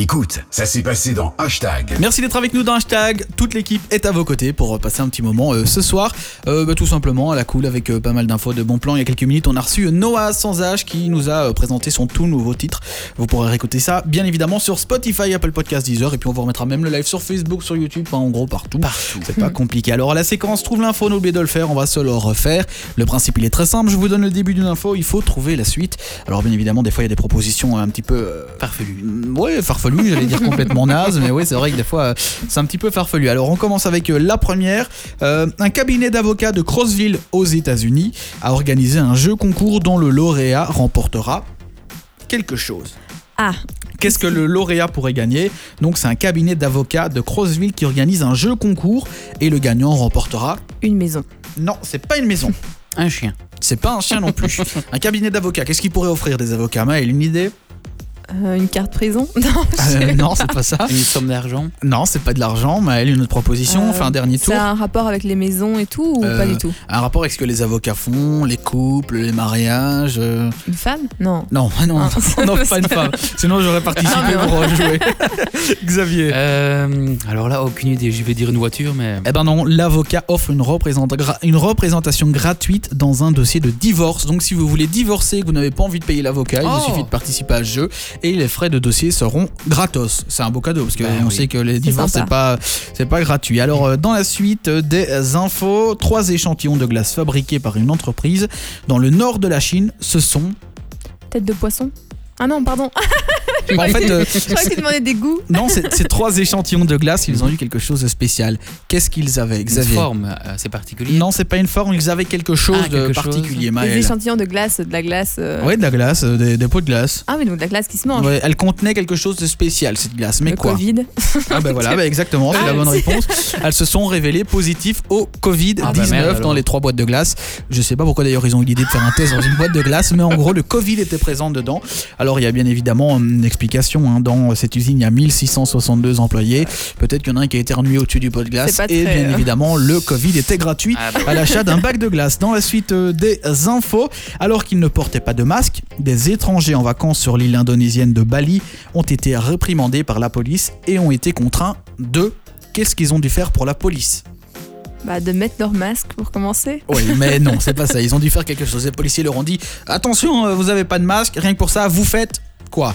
Écoute, ça s'est passé dans Hashtag. Merci d'être avec nous dans Hashtag. Toute l'équipe est à vos côtés pour passer un petit moment euh, ce soir. Euh, bah, tout simplement à la cool avec euh, pas mal d'infos de bons plans. Il y a quelques minutes, on a reçu euh, Noah Sans Âge qui nous a euh, présenté son tout nouveau titre. Vous pourrez réécouter ça bien évidemment sur Spotify, Apple Podcast, Deezer et puis on vous remettra même le live sur Facebook, sur YouTube, enfin en gros partout. C'est pas compliqué. Alors à la séquence trouve l'info, n'oubliez de le faire, on va se le refaire. Le principe il est très simple, je vous donne le début d'une info, il faut trouver la suite. Alors bien évidemment, des fois il y a des propositions un petit peu farfelues. Ouais, farfelues, j'allais dire complètement naze, mais oui, c'est vrai que des fois euh, c'est un petit peu farfelu. Alors on commence avec euh, la première. Euh, un cabinet d'avocats de Crossville aux États-Unis a organisé un jeu concours dont le lauréat remportera quelque chose. Ah, Qu'est-ce que le lauréat pourrait gagner Donc c'est un cabinet d'avocats de Crossville qui organise un jeu concours et le gagnant remportera. une maison. Non, c'est pas une maison. Un chien. C'est pas un chien non plus. Un cabinet d'avocats. Qu'est-ce qu'il pourrait offrir des avocats Maël, une idée Euh, une carte prison Non, Euh, je- Non, c'est pas ça. Une somme d'argent. Non, c'est pas de l'argent. Maël, une autre proposition. Euh, on fait un dernier tour. Ça a un rapport avec les maisons et tout ou Euh, pas du tout Un rapport avec ce que les avocats font, les couples, les mariages. euh, Une femme Non. Non, non, Ah. non, non, pas une femme. Sinon j'aurais participé Ah, non. pour euh, jouer. Xavier. Euh, alors là, aucune idée. Je vais dire une voiture, mais. Eh ben non, l'avocat offre une, représenta- gra- une représentation gratuite dans un dossier de divorce. Donc si vous voulez divorcer et que vous n'avez pas envie de payer l'avocat, il Oh. vous suffit de participer à ce jeu et les frais de dossier seront gratos. C'est un beau cadeau parce que Ben on oui. sait que les divorces c'est pas c'est pas gratuit. Alors euh, dans la suite euh, des infos, trois échantillons de glace fabriqués par une entreprise dans le nord de la Chine, ce sont Tête de poisson Ah non, pardon. en fait euh, je croyais que tu demandais des goûts. non, c'est c'est trois échantillons de glace, ils ont eu quelque chose de spécial. Qu'est-ce qu'ils avaient, Une Xavier forme euh, assez particulière. Non, c'est pas une forme, ils avaient quelque chose Ah, quelque de chose. particulier, Des Maëlle. échantillons de glace, de la glace. euh, Ouais, de la glace, euh, des, des pots de glace. Ah oui, donc de la glace qui se mange. Ouais, elle contenait quelque chose de spécial, cette glace. Mais le quoi Covid. Ah, bah voilà, bah exactement, c'est Ah, la bonne merci. réponse. Elles se sont révélées positives au Covid-19 Ah, bah merde, alors. dans les trois boîtes de glace. Je sais pas pourquoi d'ailleurs ils ont eu l'idée de faire un test dans une boîte de glace, mais en gros, le Covid était présent dedans. Alors, il y a bien évidemment hum, une explication. hein. Dans cette usine, il y a 1662 employés. Peut-être qu'il y en a un qui a été ennuyé au-dessus du pot de glace. C'est pas Et très, bien euh. évidemment, le Covid était gratuit Ah, bah, à l'achat d'un bac de glace. Dans la suite euh, des infos, alors qu'ils ne portaient pas de masque, des étrangers en vacances sur l'île indonésienne de Bali ont été réprimandés par la police et ont été contraints de... Qu'est-ce qu'ils ont dû faire pour la police Bah, de mettre leur masque pour commencer. Oui, mais non, c'est pas ça. Ils ont dû faire quelque chose. Les policiers leur ont dit attention, euh, vous avez pas de masque. Rien que pour ça, vous faites quoi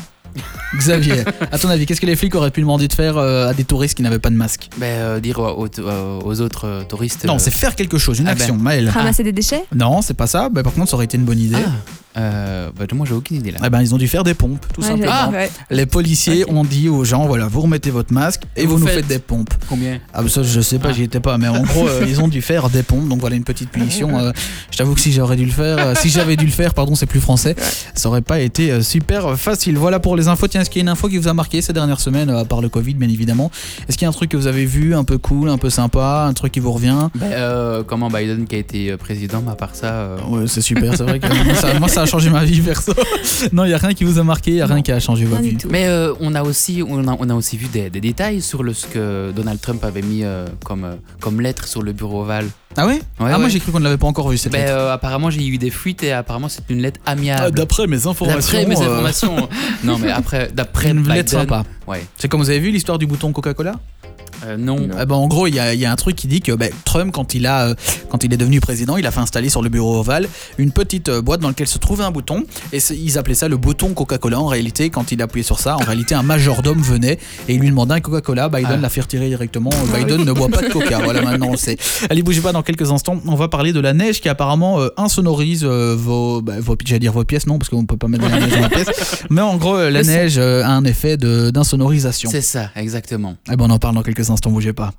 Xavier, à ton avis, qu'est-ce que les flics auraient pu demander de faire euh, à des touristes qui n'avaient pas de masque bah, euh, dire aux, aux- aux autres euh, touristes. Non, euh, c'est faire quelque chose, une Ah ben. action. Maël. Ramasser des déchets Non, c'est pas ça. Bah, par contre, ça aurait été une bonne idée. Ah, euh, bah, moi, j'ai aucune idée là. Eh ben, ils ont dû faire des pompes, tout Ouais, simplement. Ah, j'adore, Ah, ouais. Les policiers ont dit aux gens, voilà, vous remettez votre masque et vous, Vous nous faites. faites des pompes. Combien Ah, ça, je sais pas, Ah. j'y étais pas, mais en gros, euh, ils ont dû faire des pompes, donc voilà une petite punition. Euh, je t'avoue que si j'aurais dû le faire, euh, si j'avais dû le faire, pardon, c'est plus français, ça aurait pas été euh, super facile. Voilà pour les infos. Tiens, est-ce qu'il y a une info qui vous a marqué ces dernières semaines, euh, à part le Covid, bien évidemment Est-ce qu'il y a un truc que vous avez vu, un peu cool, un peu sympa, un truc qui vous revient Bah, euh, Comment Biden qui a été euh, président, mais à part ça. euh, Ah Ouais, c'est super, c'est vrai que moi, ça, moi, ça a changé ma vie perso. non, il y a rien qui vous a marqué, il y a rien qui a changé votre Rien vie. du tout. Mais euh, on a aussi on a, on a aussi vu des, des détails sur le, ce que Donald Trump avait mis euh, comme euh, comme lettre sur le bureau ovale. Ah ouais, Ouais, Ah, moi ouais. j'ai cru qu'on ne l'avait pas encore vu cette Ben, lettre. euh, apparemment j'ai eu des fuites et apparemment c'est une lettre Ah, amiable. D'après mes informations. d'après mes euh, informations. non mais après d'après une Biden. lettre sympa. Ouais. C'est comme vous avez vu l'histoire du bouton Coca-Cola Euh, non. Ah bah, En gros, il y, a- il y a un truc qui dit que bah, Trump, quand il, a, euh, quand il est devenu président, il a fait installer sur le bureau ovale une petite euh, boîte dans laquelle se trouvait un bouton. Et c'est- ils appelaient ça le bouton Coca-Cola. En réalité, quand il appuyait sur ça, en réalité, un majordome venait et il lui demandait un Coca-Cola. Biden Ah. l'a fait retirer directement. Biden ne boit pas de Coca. Voilà, maintenant on le sait. Allez, bougez pas dans quelques instants. On va parler de la neige qui apparemment euh, insonorise euh, vos, bah, vos, j'allais dire vos pièces, non, parce qu'on peut pas mettre de la neige dans la pièce. Mais en gros, euh, la Le son. neige euh, a un effet de- d'insonorisation. C'est ça exactement. Eh ben, on en parle dans quelques instants, bougez pas.